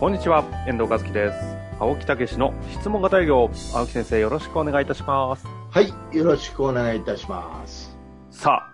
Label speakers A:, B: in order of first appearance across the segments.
A: こんにちは、遠藤和樹です。青木武の質問型営業、青木先生よろしくお願いいたします。
B: はい、よろしくお願いいたします。
A: さ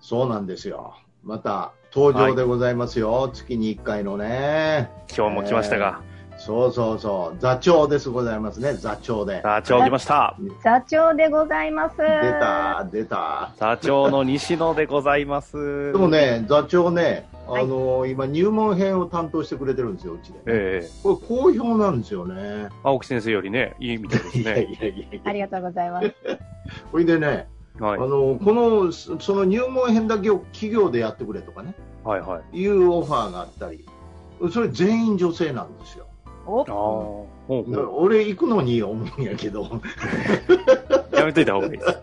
B: そうなんですよ。また登場でございますよ。月に1回のね
A: あ。、今日も来ましたが、
B: そうそうそう、座長ですございますね、座長で。
A: 座長来ました。
C: 座長でございます。
B: 出た、出た。
A: 座長の西野でございます。
B: でも。ね、座長ね、
C: はい
B: あの今入門編を担当してくれてるんですよ、うちで。
A: ええ
B: これ好評なんですよね。
A: 青木先生よりね、いいみたいです
B: いや
A: ね。
B: いやいやい
C: あ
B: や。
C: りがとうございます。
B: ほいでね、
A: は
B: あ
A: い。
B: のこのそその入門編だけを企業でやってくれとかね、
A: はいはい。
B: いうオファーがあったり、それ全員女性なんですよ。
C: お
A: ああ、ほうほう
B: 俺行くのに思うんやけど
A: やめといた方がいいです。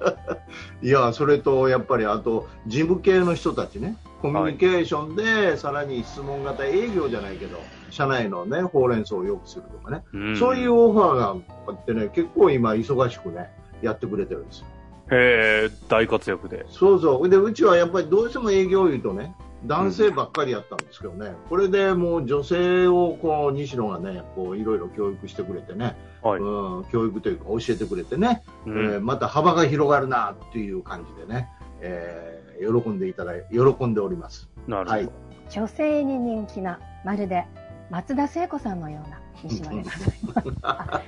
B: いやそれとやっぱりあと事務系の人たちねコミュニケーションでさらに質問型営業じゃないけど社内のねほうれん草を良くするとかね、
A: うん
B: そういう。オファーがあってね結構今忙しくねやってくれてるんですよ
A: ええ大活躍で。
B: そうそうでうちはやっぱりどうしても営業いうとね男性ばっかりやったんですけどね、これでもう女性をこう西野がねこういろいろ教育してくれてね、
A: はい。
B: うん、教育というか教えてくれてね、
A: う
B: えー
A: ん。
B: また幅が広がるなっていう感じでね、えー喜んでいただい喜んでおります。
A: なるほど。
B: はい、
C: 女性に人気な、まるで松田聖子さんのような西野でござい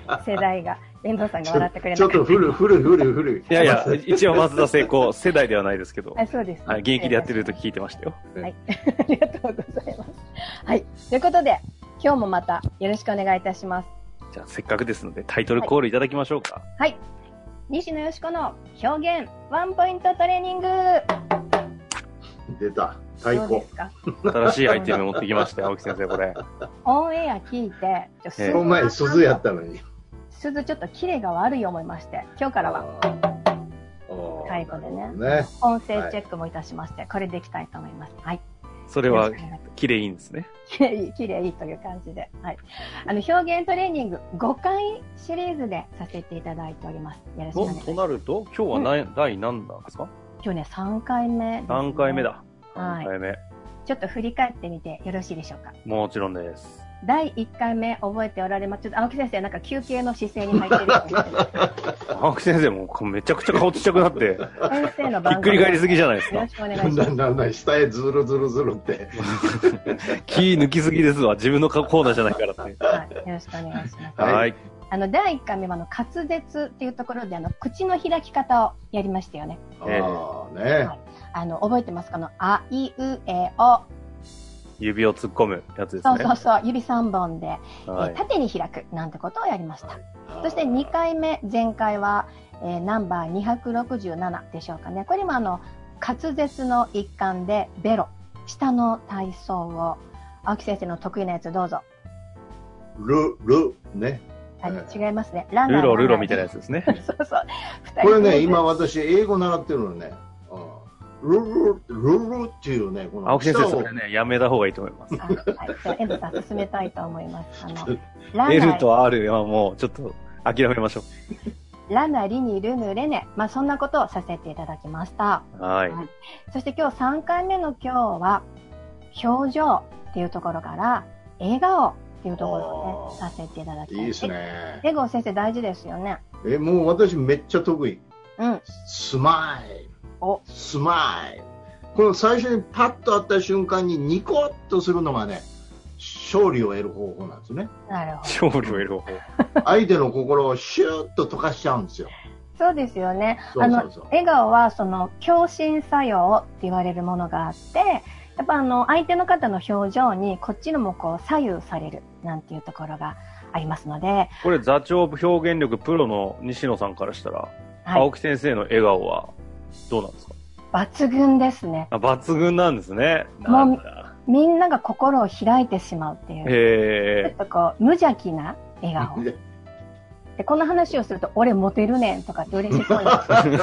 C: ます。世代が、遠藤さんが笑ってくれ
B: ちょ
C: な
B: っ
C: か
B: と
C: った。
B: 古い古い古い古い。
A: いやいや、一応松田聖子、世代ではないですけど、
C: あそうです、
A: はい、現役でやってると聞いてましたよ。
C: えー。ありがとうございます。はい。ということで、今日もまたよろしくお願いいたします。
A: じゃあ、せっかくですので、タイトルコールいただきましょうか。
C: はい。西野よしこの表現、ワンポイントトレーニング。
B: 出た太
C: ど
B: 鼓
C: うですか
A: 新しいアイテム持ってきましたよ、青木先生、これ。
C: オンエア聞いて、ちょ
A: ええ
B: この前鈴やったのに。
C: 鈴ちょっとキレが悪い思いまして、今日からは
B: 太
C: 太鼓でね
B: ね。
C: 音声チェックもいたしまして、これでいきたいと思います。はい。
A: それ
C: で
A: は、 綺麗いいんですね。
C: きれい、きれいという感じで。はい。あの、表現トレーニング5回シリーズでさせていただいております。よろしくお
A: と
C: 願いします。
A: となると、今日は何、第何弾ですか
C: 今日ね、3回目、
A: 何回目。だ。
C: は
A: 何
C: い
A: 回目。
C: ちょっと振り返ってみてよろしいでしょうか。
A: もちろんです。
C: 第1回目覚えておられます。ちょっと青木先生、なんか休憩の姿勢に入ってるよう な。
A: 青木先生もこうめちゃくちゃ顔ちっちゃくな って、
C: 先生の
A: ひ
C: 番
A: っくり返りすぎじゃないです
C: よ
A: か
C: ろ。しくお願 い
B: だ
C: し
B: ん
C: ま
B: だ
C: す。
B: んだんだん下へズルズルズルって。
A: 気抜きすぎですわ。自分のコーナーじゃないからって。
C: はい。よろしくお願いします。
B: はい
A: はい。
C: あの、第1回目は、あの、滑舌っていうところで、あの、口の開き方をやりましたよね。
A: ええ
B: ああね。
C: あの、覚えてますかあの、あ、い、う、え、お。
A: 指を突っ込むやつです
C: そう
A: ね
C: そう。そう、指3本で、
A: は
C: えー
A: い。
C: 縦に開くなんてことをやりました。
B: あー
C: そして2。回目、前回は、えーナンバー267でしょうかね。これもあの、滑舌の一環で、ベロ、下の体操を、青木先生の得意なやつどうぞ。
B: ルルね。
C: はい
B: え、
C: 違いますね。ラン
A: ルロルロみたい
C: な。
A: なやつです ね。
C: そうそう。二人
B: これね今私英語習ってるのね。うんルルルルっていうねこの
A: 青木先生、
B: 舌
A: そ
B: を
A: れね、やめた方がいいと思います。
C: あはい、じゃあ遠藤さん進めたいと思います。あの、 ラ
A: L と R はもうちょっと諦めましょ
C: ラナリニルヌレネ、まあ、そんなことをさせていただきました。
A: う。はい。
C: そして今日3回目の今日は、表情っていうところから、笑顔っていうところをね、
B: あ
C: させていただきま
B: いいです。ね。
C: 笑顔先生大事ですよね。
B: えもう私めっちゃ得意
C: うん。
B: スマイル
C: お
B: スマイルこの最初にパッと会った瞬間にニコッとするのがね勝利を得る方法なんです ね
C: なるほど。
A: 勝利を得る方法。
B: 相手の心をシューッと溶かしちゃうんですよ
C: そうですよね。
B: そうそうそう
C: あの、笑顔はその、共振作用って言われるものがあって、やっぱあの、相手の方の表情に、こっちのもこう、左右される、なんていうところがありますので、
A: これ座長表現力プロの西野さんからしたら、
C: はい
A: 青。木先生の笑顔はどうなんですか
C: 抜群ですね。
A: あ抜群なんですね。なんだ。
C: みんなが心を開いてしまうっていう、ちょ
A: え
C: っとこう無邪気な笑顔
B: ね
C: でこの話をすると俺モテるねんとかって嬉しそうに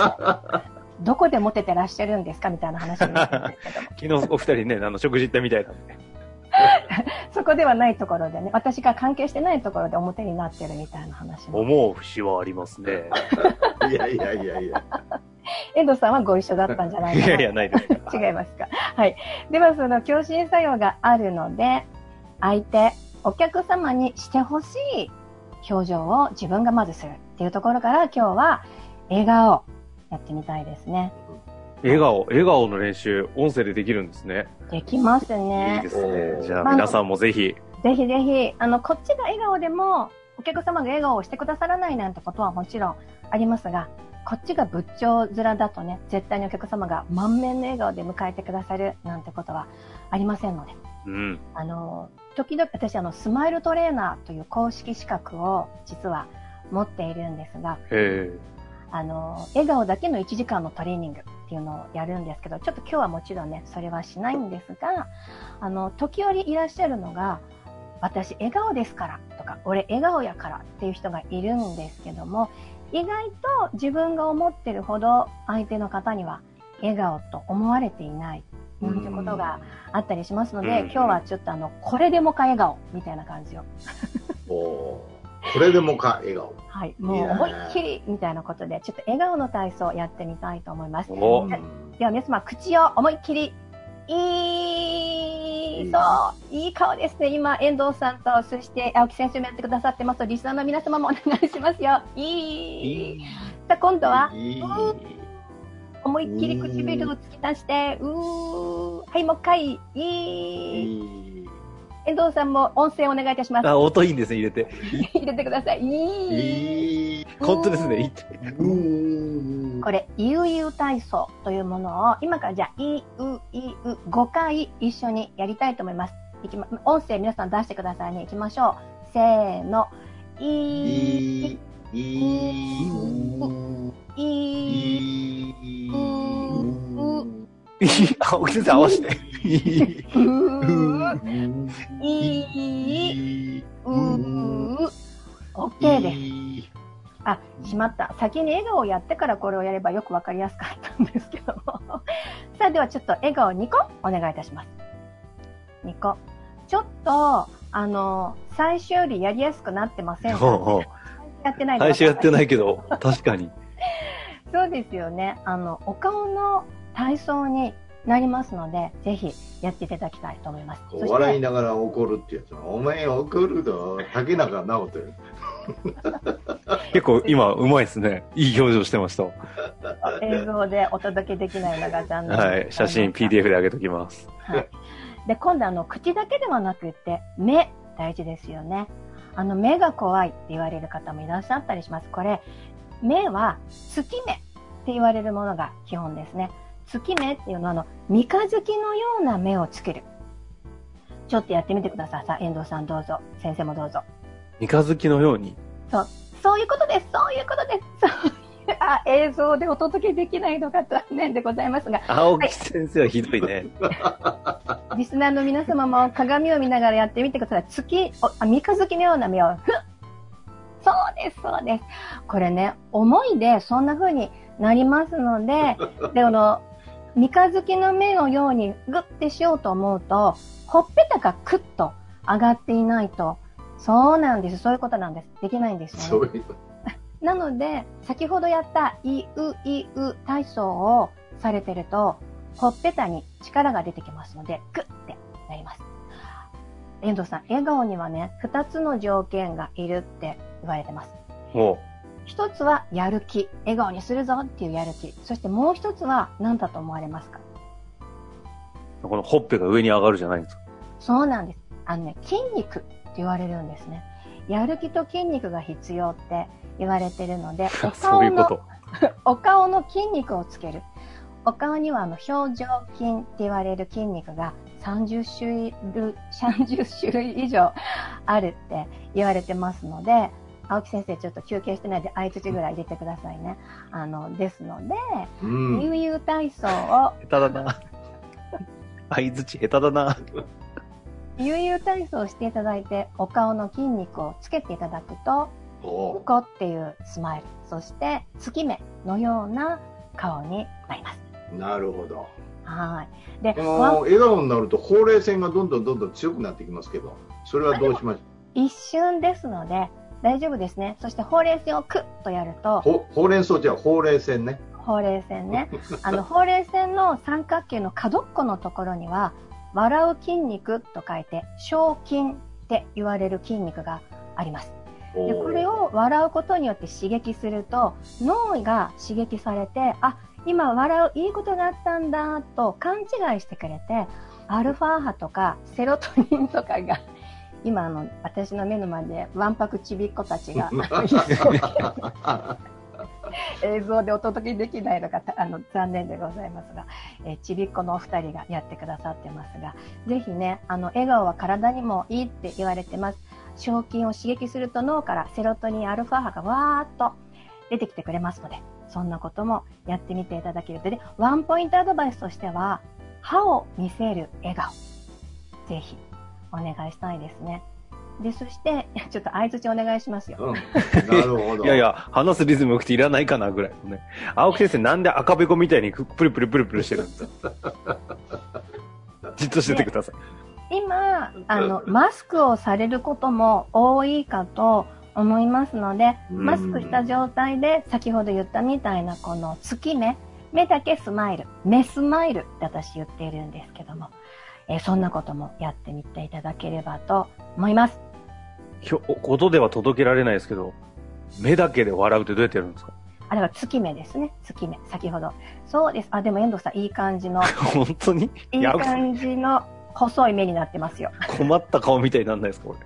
C: どこでモテてらっしゃるんですかみたいな話になるんですけども
A: 昨日お二人ね、あの、食事行ったみたいなんで。
C: そこではないところでね私が関係してないところで表になってるみたいな話も
A: 思う節はありますね。
B: いやいやいやいや。
C: 遠藤さんはご一緒だったんじゃな い
A: い
C: かな
A: やいや、ない です。
C: 違いますか。はい。では、その共振作用があるので、相手、お客様にしてほしい表情を自分がまずするっていうところから、今日は笑顔やってみたいですね。
A: 笑顔、笑顔の練習、音声でできるんですね。
C: できます
A: いい
C: ね
A: で。す
B: お
A: ね。
B: ー
A: じゃ
C: ま
A: あ
C: あ
A: 皆さんもぜひ。
C: ぜひぜひ、あの、こっちが笑顔でも、お客様が笑顔をしてくださらないなんてことはもちろんありますが、こっちが仏頂面だとね、絶対にお客様が満面の笑顔で迎えてくださるなんてことはありませんので、
A: うん。
C: あの、時々、私、あの、スマイルトレーナーという公式資格を実は持っているんですが、
A: え
C: あの、笑顔だけの1時間のトレーニングっていうのをやるんですけど、ちょっと今日はもちろんね、それはしないんですが、あの、時折いらっしゃるのが、私、笑顔ですからとか、俺、笑顔やからっていう人がいるんですけども、意外と自分が思ってるほど相手の方には笑顔と思われていない、なんてことがあったりしますので、
A: うん
C: 今日はちょっとあの、これでもか笑顔みたいな感じを。
B: おーこれでもか、笑顔。
C: はい。もうい
B: ね
C: 思いっきりみたいなことで、ちょっと笑顔の体操をやってみたいと思います。
A: お
B: うん
C: では皆様、口を思いっきり、いい、そう、いい顔ですね。今、遠藤さんと、そして青木先生もやってくださってますと、リスナーの皆様もお願いしますよ。いい。さあ、今度は、
B: いい
C: 思いっきり唇を突き出して、うー。はい、もう一回、いい。
B: いい
C: 遠藤さんも音声お願いいたします
A: ー。あ、音いいんですね、入れて。
C: 入れてください。いい。
B: いい
A: 本当ですね、いいって。
B: うん
C: これ、ゆうゆう体操というものを、今からじゃあ、い、う、い、う、5回一緒にやりたいと思います。いきま、音声皆さん出してくださいね。いきましょう。せーの。い、
B: いいい
C: い、、
B: い
A: あ、お先生合わせて。いいう
C: う、
B: い
C: い、い、う、う。OK です。
B: す。
C: あ、しまった。先に笑顔をやってからこれをやればよくわかりやすかったんですけども。 さあ、ではちょっと笑顔2個お願いいたします。2個。ちょっと、あの、最初よりやりやすくなってません
A: おうおう
C: かやってない
A: 最初やって
C: い。
A: ないけど、確かに。
C: そうですよね。あの、お顔の体操になりますので、ぜひやっていただきたいと思います。そ
B: お
C: し
B: 笑い
C: て、
B: ながら怒るってやつ。お前怒るの竹中直人よ。
A: 結構今、うまいですね。いい表情してました。
C: 映像でお届けできないのが残念。
A: はい。写真 PDF で上げときます。
C: はい、で今度あの口だけではなくって目大事ですよねあの目が怖いって言われる方もいらっしゃったりしますこれ目は月目って言われるものが基本ですね月目っていうのはあの三日月のような目をつけるちょっとやってみてくださいさあ遠藤さんどうぞ先生もどうぞ
A: 三日月のように。
C: そういうことですそういうことですそういうあ映像でお届けできないのが残念でございますが
A: 青木先生はひどいね。
C: リスナーの皆様も鏡を見ながらやってみてください。月、おあ三日月のような目を、ふっそうです、そうです。これね、思いでそんな風になりますので、で、この、三日月の目のようにグッてしようと思うと、ほっぺたがクッと上がっていないと、そうなんです。そういうことなんです。できないんですよね。
B: そういう。
C: なので、先ほどやった、い、う、い、う体操をされてると、ほっぺたに力が出てきますので、グッてなります。遠藤さん、笑顔にはね、二つの条件がいるって言われてます。
A: も
C: 一つは、やる気。笑顔にするぞっていうやる気。そしてもう一つは、何だと思われますか
A: う、このほっぺが上に上がるじゃないんですか。
C: そうなんです。あのね、筋肉って言われるんですね。やる気と筋肉が必要って言われてるので、お
A: そ
C: 顔
A: ういうこ
C: の
A: と。
C: お顔の筋肉をつける。お顔にはあの表情筋って言われる筋肉が30種類、30種類以上あるって言われてますので、青木先生ちょっと休憩してないで相槌ぐらい入れてくださいね。あの、ですので、
B: うん。
C: 悠々体操を
A: 下手だな。相づち下手だな。
C: 悠々体操をしていただいて、お顔の筋肉をつけていただくと、
B: お
C: ニ
B: ー
C: コっていうスマイル、そして月目のような顔になります。
B: なるほど。
C: はい。で、
B: こ
C: ワン
B: の笑顔になると、ほうれい線がどんどんどんどん強くなってきますけど、それはどうしまし
C: 一瞬ですので、大丈夫ですね。そして、ほうれい線をクッとやると、
B: ほうほうれん草じゃあほうれい線ね。
C: ほうれい線ね。あの、ほうれい線の三角形の角っこのところには、笑う筋肉と書いて、小筋って言われる筋肉があります。
B: お
C: で
B: ー
C: これを笑うことによって刺激すると脳が刺激されてあ今笑ういいことがあったんだと勘違いしてくれてアルファ波とかセロトニンとかが今あの私の目の前でわんぱくちびっ子た ちがあの一生懸命映像でお届けできないのがたあの残念でございますが、えーちびっ子のお二人がやってくださってますがぜひねあの笑顔は体にもいいって言われてます賞金を刺激すると脳からセロトニンアルファ波がわーっと出てきてくれますので、そんなこともやってみていただけると。で、ワンポイントアドバイスとしては、歯を見せる笑顔。ぜひ、お願いしたいですね。で、そして、 ちょっと相槌お願いしますよ。
B: うん、なるほど。
A: いやいや、話すリズム良くていらないかなぐらいのね。青木先生、なんで赤べこみたいにくプルプルプルプルしてるんですかじっとしててください。
C: 今、あの、マスクをされることも多いかと思いますので、
B: うん
C: マスクした状態で、先ほど言ったみたいな、この月目、目だけスマイル、目スマイルって私言っているんですけども、えーそんなこともやってみていただければと思います。
A: ひょ音では届けられないですけど、目だけで笑うってどうやってやるんですか
C: あれは月目ですね。月目。先ほど。そうです。あ、でも遠藤さん、いい感じの、
A: 本当に
C: いい
A: や青木先
C: 感じの細い目になってますよ。
A: 生困った顔みたいになんないですかこれ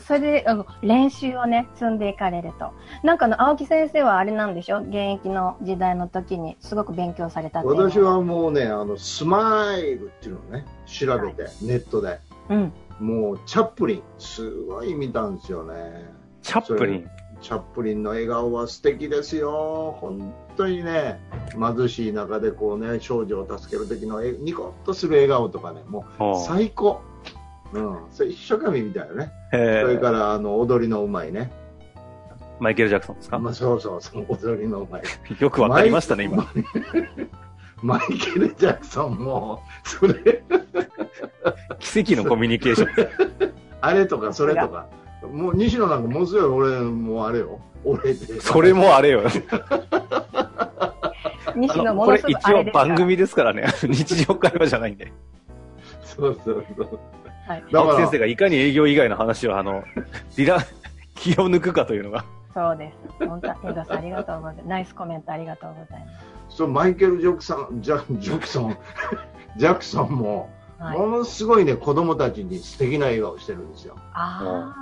C: それで、あの練習をね、積んでいかれると。なんかあの、青木先生はあれなんでしょ現役の時代の時にすごく勉強されたっていうの
B: 私。はもうね、あの、スマイルっていうのをね、調べて、ネットで。
C: うん。
B: もう、チャップリン、すごい見たんですよね。
A: チャップリン。
B: チャップリンの笑顔は素敵ですよ。本当にね、貧しい中でこうね、少女を助ける時のえニコッとする笑顔とかね、もう
A: はあ
B: 最高。うん、それ一生懸命みたいよね。
A: えー
B: それから、あの、踊りのうまいね。
A: マイケル・ジャクソンですか、
B: まあ、そうそうそう、踊りのうまい。
A: よくわかりましたね、今。
B: マイケル・ジャクソンも、それ、
A: 奇跡のコミュニケーシ ョン。
B: あれとかそれとか。もう西野なんかものすごい俺もうあれよ。俺で。
A: それもあれよ。
C: 西
A: あ
C: 野
A: の
C: も
A: こ
C: の
A: れ
C: すご
A: 一
C: くあ
A: 応
C: れですから
A: 番組ですからね。 日常会話じゃないんで。
B: そうそうそう。
C: はい。
B: だ
A: 青
B: か
A: 木先生
B: ら、
A: がいかに営業以外の話を、あ の、リラ、気を抜くかというのが。
C: そうです。本当、遠藤さんありがとうございます。ナイスコメントありがとうございます。
B: そうマイケル・ジョクソン、ジャジョクソン、 ジャクソンも、
C: はい。
B: ものすごいね、子供たちに素敵な笑顔してるんですよ。
C: あ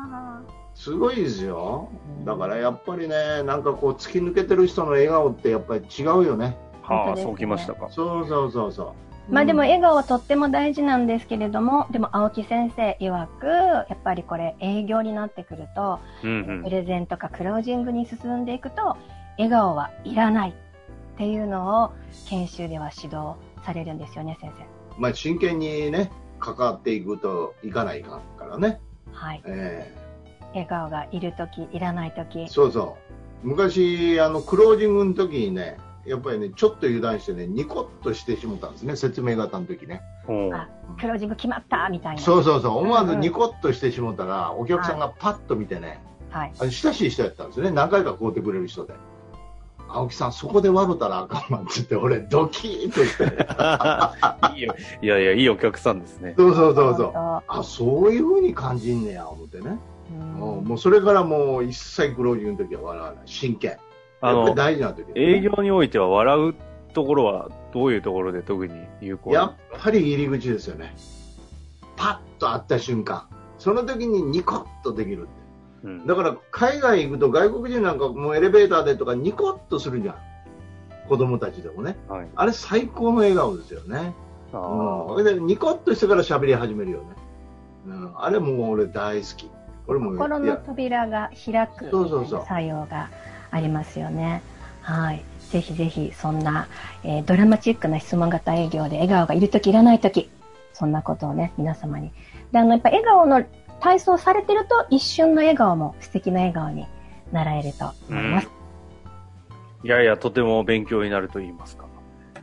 B: すごいですよ。
C: あ。
B: だからやっぱりね、なんかこう突き抜けてる人の笑顔ってやっぱり違うよね。
A: は
C: 本当
A: あ、
C: ですね
A: そうきましたか。
B: そうそうそうそうう。
C: んまあでも
B: うん
C: 笑顔はとっても大事なんですけれども、でも青木先生曰く、やっぱりこれ営業になってくると、
A: うん
C: プレゼントかクロージングに進んでいくと笑顔はいらないっていうのを研修では指導されるんですよね先
B: まあ真剣にね、関わっていくといかないかんからね。
C: 生はい
B: ええ
C: 笑顔がいる時いらない時
B: そうそう。昔、あの、クロージングの時にね、やっぱりね、ちょっと油断してね、ニコッとしてしもたんですね、説明型の時ね。
A: うん
C: あクロージング決まったみたいな
B: そうそうそう、思わずニコッとしてしもたら、お客さんがパッと見てね、
C: はい
B: あの親しい人やったんですね、何回か買うてくれる人で。青木さん、そこで笑うたらあかんわって言って、俺、ドキーンとして、
A: いいよいやいや、いいお客さんですね。
B: そうそうそうそう。
C: 本
B: あ、そういう風に感じんねや、思ってね。
C: 当う
B: もうんもうそれからもう一切クロージングの時は笑わない。真剣。
A: あ
B: やっぱり
A: の、
B: 大事な時、
A: 営業においては笑うところは、どういうところで特に有効
B: やっぱり入り口ですよね。パッと会った瞬間、その時にニコッとできるっ
A: う
B: て。
A: ん
B: だから海外行くと外国人なんかもうエレベーターでとかニコッとするじゃん。子供たちでもね。
A: はい
B: あれ最高の笑顔ですよね。
A: あ
B: うん
A: ー。
B: それでニコッとしてから喋り始めるよね。うん。あれもう俺大好き。俺も
C: 心
B: い
C: の
B: や
C: 扉が開く
B: そうそうそう
C: 作用がありますよねはいぜひぜひそんな、えードラマチックな質問型営業で笑顔がいる時いらない時そんなことをね、皆様に。で、あの、やっぱ笑顔の体操されてると、一瞬の笑顔も素敵な笑顔になられると思います。
A: いやいや、とても勉強になると言いますか。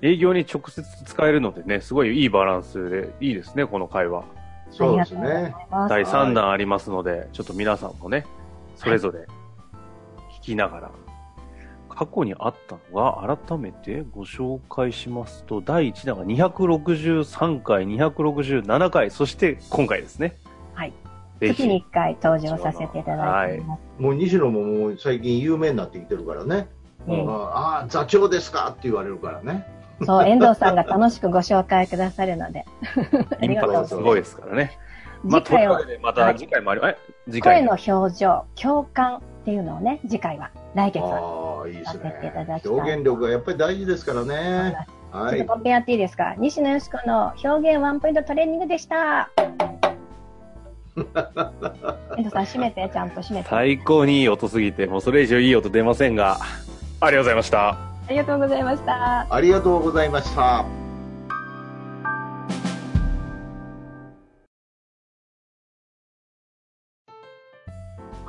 A: 営業に直接使えるのでね、すごいいいバランスで、いいですね、この会話。
B: そうですね。
C: ありがとうござ
A: 第
C: います
A: 3弾ありますので、ちょっと皆さんもね、それぞれ聞きながら、過去にあったのが、改めてご紹介しますと、第1弾が263回、267回、そして今回ですね。
C: はい。
A: ぜ
C: 月に
A: ひ、
C: 1回登場させていただいております。
B: もう西野ももう最近有名になってきてるからね。
A: はいう
B: あ
A: ん
B: あー、座長ですかって言われるからね。
C: そう、遠藤さんが楽しくご紹介くださるので。あ
A: イ
C: り
A: ンパ
C: が
A: クト
C: とうございますす。
A: ごいですからね。まあ、
C: 次
A: とい
C: 回
A: うわ
C: は
A: けで、また次回もあり、え次
C: 声
A: 回
C: の表情、共感っていうのをね、次回は、来月は。
B: ああ、いいです
C: やっていただ
B: ね
C: き。たい
B: 表現力がやっぱり大事ですからね。は
C: ちょっ
B: い
C: と。もう一遍やっていいですか西野よしこの表現ワンポイントトレーニング でした。遠藤さん、閉めて、ちゃんと閉めて。あ
A: 最高にいい音すぎて、もうそれ以上いい音出ませんが、ありがとうございました。
C: りがとうございました。
B: ありがとうございました。